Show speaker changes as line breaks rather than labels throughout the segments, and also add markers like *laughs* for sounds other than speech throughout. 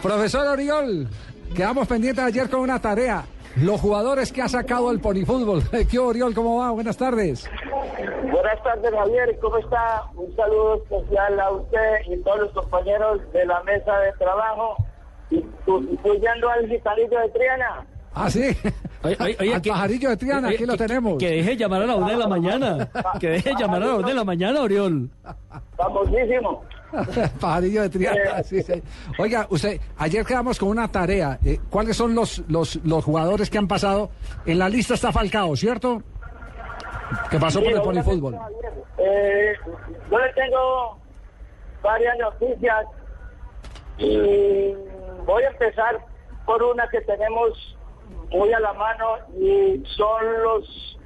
Profesor Oriol, quedamos pendientes ayer con una tarea. Los jugadores que ha sacado el polifútbol. *laughs* ¿Qué hubo, Oriol? ¿Cómo va? Buenas tardes.
Buenas tardes, Javier. ¿Cómo está? Un saludo especial a usted y todos los compañeros de la mesa de trabajo, incluyendo al guitarrillo de Triana.
Ah, sí.
Oye, oye, oye,
al
que-
pajarillo de Triana,
oye,
aquí lo
que-
tenemos.
Que deje llamar a la una de la mañana. Que deje llamar a la una de la mañana, Oriol.
Famosísimo.
*laughs* pajarillo de
Eh.
Triana, sí, sí. Oiga, usted, ayer quedamos con una tarea. Eh, ¿Cuáles son los, los, los jugadores que han pasado? En la lista está Falcao, ¿cierto? Que pasó por el
obviamente,
polifútbol.
Javier, eh, yo le tengo varias noticias y voy a empezar por una que tenemos muy a la mano y son los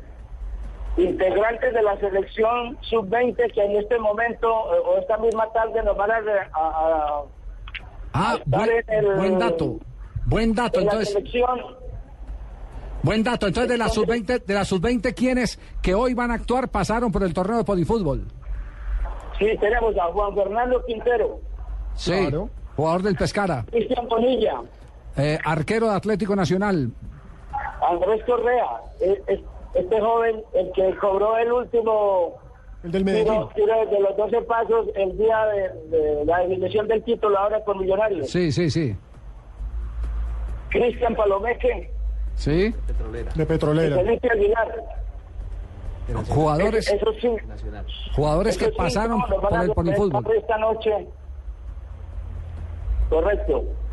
integrantes de la selección sub-20 que en este momento eh, o esta misma tarde nos van a, re- a- a
Ah, buen,
en el-
buen dato. Buen dato,
en la
entonces.
selección
Buen dato. Entonces, de las sub-20, de las sub-20, ¿quiénes que hoy van a actuar pasaron por el torneo de polifútbol?
sí tenemos a Juan Fernando Quintero,
Sí. Jugador del Pescara,
Cristian Bonilla,
eh, arquero de Atlético Nacional.
Andrés Correa, eh, es- este joven, el que cobró el último
El del Medellín.
tiro, tiro de los 12 pasos el día de, de la definición del título ahora por Millonarios.
Sí, sí, sí.
Cristian Palomeque,
Sí.
De Petrolera.
Felipe Aguilar.
Jugadores,
Esos sí.
jugadores que pasaron por el polifútbol.
Esta noche. Correcto.